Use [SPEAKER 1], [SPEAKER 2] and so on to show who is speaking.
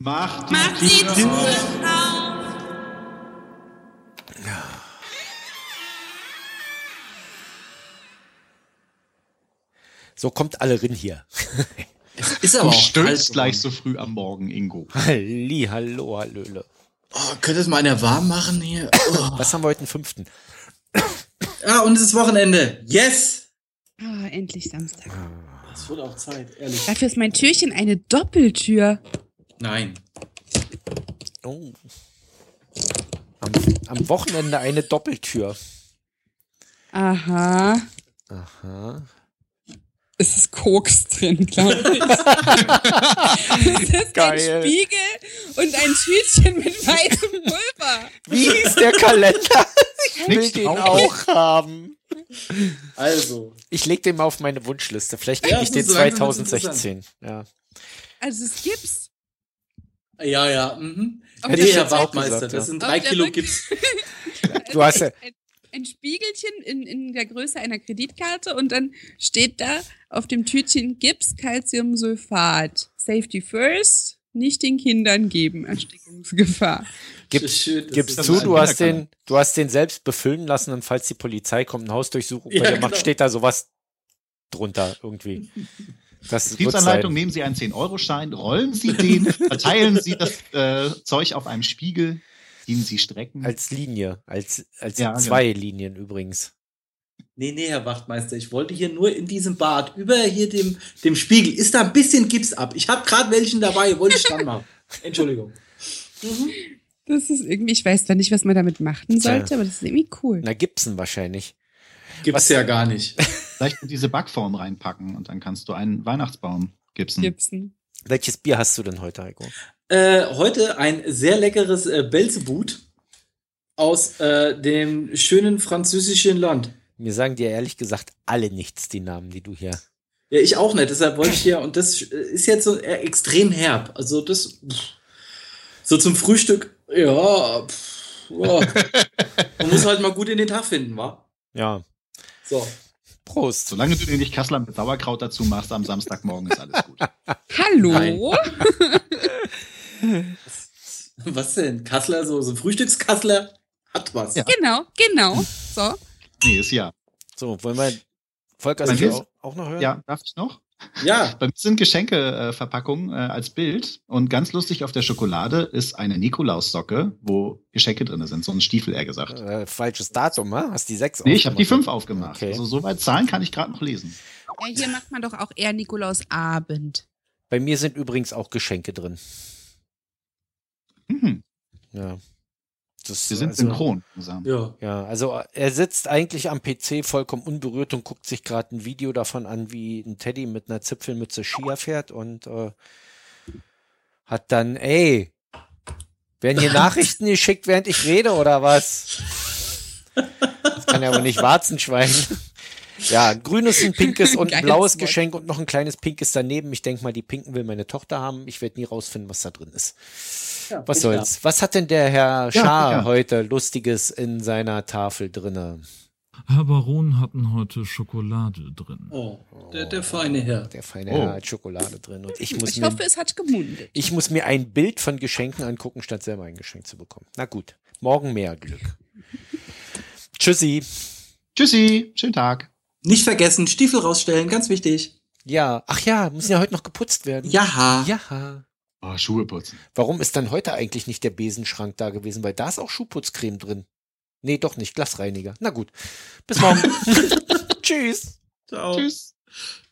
[SPEAKER 1] Mach die,
[SPEAKER 2] Mach die
[SPEAKER 1] Tür
[SPEAKER 2] Tür
[SPEAKER 1] auf.
[SPEAKER 2] Ah, auf.
[SPEAKER 3] So kommt alle rin hier.
[SPEAKER 4] Es ist
[SPEAKER 1] Du
[SPEAKER 4] aber auch kalt
[SPEAKER 1] stöhnst
[SPEAKER 4] geworden.
[SPEAKER 1] gleich so früh am Morgen, Ingo.
[SPEAKER 3] Halli, hallo, hallöle.
[SPEAKER 4] Oh, könnte es mal einer warm machen hier? Oh.
[SPEAKER 3] Was haben wir heute den fünften?
[SPEAKER 4] Ja, und es ist Wochenende. Yes!
[SPEAKER 2] Ah, endlich Samstag.
[SPEAKER 4] Es wird auch Zeit, ehrlich.
[SPEAKER 2] Dafür ist mein Türchen eine Doppeltür.
[SPEAKER 4] Nein.
[SPEAKER 3] Oh. Am, am Wochenende eine Doppeltür.
[SPEAKER 2] Aha.
[SPEAKER 3] Aha.
[SPEAKER 2] Es ist Koks drin, glaube ich. es ist ein
[SPEAKER 3] Geil.
[SPEAKER 2] Spiegel und ein Tütchen mit weißem Pulver.
[SPEAKER 3] Wie ist der Kalender? Ich will
[SPEAKER 1] Nix
[SPEAKER 3] den
[SPEAKER 1] drauf.
[SPEAKER 3] auch haben.
[SPEAKER 4] Also,
[SPEAKER 3] Ich leg den mal auf meine Wunschliste. Vielleicht kriege
[SPEAKER 4] Ja,
[SPEAKER 3] ich
[SPEAKER 4] das
[SPEAKER 3] den
[SPEAKER 4] ist langsam jetzt
[SPEAKER 3] 2016. Ja.
[SPEAKER 2] Also es gibt's.
[SPEAKER 4] ja, ja. Mhm.
[SPEAKER 2] Auf
[SPEAKER 4] Nee,
[SPEAKER 3] ich
[SPEAKER 2] der-
[SPEAKER 4] Herr
[SPEAKER 3] jetzt auch
[SPEAKER 4] Wachtmeister,
[SPEAKER 3] gesagt,
[SPEAKER 4] das
[SPEAKER 3] ja.
[SPEAKER 4] sind
[SPEAKER 2] Auf
[SPEAKER 4] drei
[SPEAKER 2] der
[SPEAKER 4] Kilo
[SPEAKER 2] Rück-
[SPEAKER 4] Gips.
[SPEAKER 3] Du hast ja-
[SPEAKER 2] ein, ein Spiegelchen in, in der Größe einer Kreditkarte und dann steht da auf dem Tütchen Gips Calciumsulfat. Safety first, nicht den Kindern geben, Erstickungsgefahr.
[SPEAKER 3] Gib,
[SPEAKER 4] Ist schön, das
[SPEAKER 3] gib's
[SPEAKER 4] ist
[SPEAKER 3] zu,
[SPEAKER 4] ein
[SPEAKER 3] du hast,
[SPEAKER 1] Kinderkanal.
[SPEAKER 3] den, du hast den selbst befüllen lassen und falls die Polizei kommt, eine Hausdurchsuchung bei
[SPEAKER 4] Ja,
[SPEAKER 3] dir
[SPEAKER 4] genau.
[SPEAKER 3] macht, steht da sowas drunter irgendwie. Das wird
[SPEAKER 1] Betriebsanleitung,
[SPEAKER 3] sein.
[SPEAKER 1] nehmen Sie einen 10-Euro-Schein, rollen Sie den, verteilen Sie das äh, Zeug auf einem Spiegel, den Sie strecken.
[SPEAKER 3] Als Linie, als, als
[SPEAKER 1] Ja,
[SPEAKER 3] zwei Linien übrigens.
[SPEAKER 4] Nee, nee, Herr Wachtmeister, ich wollte hier nur in diesem Bad, über hier dem, dem Spiegel, ist da ein bisschen Gips ab. Ich habe gerade welchen dabei, wollte ich dran machen. Entschuldigung.
[SPEAKER 2] Das ist irgendwie, ich weiß da nicht, was man damit machen sollte, aber das ist irgendwie cool.
[SPEAKER 3] Na, Gibson wahrscheinlich.
[SPEAKER 4] Gibt's
[SPEAKER 3] Was-
[SPEAKER 4] ja gar nicht.
[SPEAKER 1] Vielleicht in diese Backform reinpacken und dann kannst du einen Weihnachtsbaum gipsen.
[SPEAKER 2] Hm. Gibson.
[SPEAKER 3] Welches Bier hast du denn heute, Heiko?
[SPEAKER 4] Äh, heute ein sehr leckeres äh, Belzebut aus äh, dem schönen französischen Land.
[SPEAKER 3] Mir sagen dir ehrlich gesagt alle nichts, die Namen, die du hier.
[SPEAKER 4] Ja, ich auch nicht, deshalb wollte ich hier, und das äh, ist jetzt so äh, extrem herb. Also das, pff. so zum Frühstück, ja, pff, ja. man muss halt mal gut in den Tag finden, wa?
[SPEAKER 3] Ja.
[SPEAKER 4] So.
[SPEAKER 3] Prost.
[SPEAKER 1] Solange du dir nicht Kassler mit Sauerkraut dazu machst am Samstagmorgen, ist alles gut.
[SPEAKER 2] Hallo?
[SPEAKER 4] Nein. Was denn? Kassler, so, so ein Frühstückskassler hat was.
[SPEAKER 1] Ja.
[SPEAKER 2] Genau, genau. So.
[SPEAKER 1] Nee, ist ja.
[SPEAKER 3] So, wollen wir Volker
[SPEAKER 1] Mein
[SPEAKER 3] Siegel
[SPEAKER 1] Hilfs-
[SPEAKER 3] auch, auch noch hören?
[SPEAKER 1] Ja, darf ich noch?
[SPEAKER 4] ja.
[SPEAKER 1] Bei mir sind Geschenkeverpackungen äh, als Bild und ganz lustig auf der Schokolade ist eine Nikolaussocke, wo Geschenke drin sind, so ein Stiefel eher gesagt.
[SPEAKER 3] Äh, falsches Datum, ne? Hast die sechs
[SPEAKER 1] Nee, Oh, ich habe die
[SPEAKER 3] aufgemacht?
[SPEAKER 1] fünf aufgemacht.
[SPEAKER 3] Okay.
[SPEAKER 1] Also soweit Zahlen kann ich gerade noch lesen.
[SPEAKER 2] Ja, hier macht man doch auch eher Nikolausabend.
[SPEAKER 3] Bei mir sind übrigens auch Geschenke drin.
[SPEAKER 1] Mhm.
[SPEAKER 3] Ja. Das,
[SPEAKER 1] Wir sind
[SPEAKER 3] also-
[SPEAKER 1] synchron. Zusammen.
[SPEAKER 4] Ja.
[SPEAKER 3] Ja, also äh, er sitzt eigentlich am PC vollkommen unberührt und guckt sich gerade ein Video davon an, wie ein Teddy mit einer Zipfelmütze Skier fährt und äh, hat dann, ey, werden hier Nachrichten geschickt, während ich rede oder was? Das kann ja wohl nicht Warzenschwein. Ja, ein grünes, ein pinkes und ein
[SPEAKER 2] Geiles
[SPEAKER 3] blaues
[SPEAKER 2] Wort.
[SPEAKER 3] Geschenk und noch ein kleines pinkes daneben. Ich denke mal, die pinken will meine Tochter haben. Ich werde nie rausfinden, was da drin ist.
[SPEAKER 4] Ja,
[SPEAKER 3] Was
[SPEAKER 4] ich darf.
[SPEAKER 3] soll's? Was hat denn der Herr Schaar
[SPEAKER 1] sicher.
[SPEAKER 3] heute Lustiges in seiner Tafel drinne?
[SPEAKER 5] Herr Baron hatten heute Schokolade drin.
[SPEAKER 4] Oh, der, der feine Herr.
[SPEAKER 3] Der feine
[SPEAKER 1] Oh.
[SPEAKER 3] Herr hat Schokolade drin. Und ich muss,
[SPEAKER 2] Ich
[SPEAKER 3] mir,
[SPEAKER 2] hoffe, es hat gemundet.
[SPEAKER 3] ich muss mir ein Bild von Geschenken angucken, statt selber ein Geschenk zu bekommen. Na gut, morgen mehr Glück. Tschüssi.
[SPEAKER 1] Tschüssi, schönen Tag.
[SPEAKER 4] Nicht vergessen, Stiefel rausstellen, ganz wichtig.
[SPEAKER 3] Ja, ach ja, müssen ja heute noch geputzt werden.
[SPEAKER 4] Jaha.
[SPEAKER 3] Ja.
[SPEAKER 1] Oh, Schuhe putzen.
[SPEAKER 3] Warum ist dann heute eigentlich nicht der Besenschrank da gewesen? Weil da ist auch Schuhputzcreme drin. Nee, doch nicht, Glasreiniger. Na gut. Bis morgen. Tschüss.
[SPEAKER 4] Ciao.
[SPEAKER 1] Tschüss.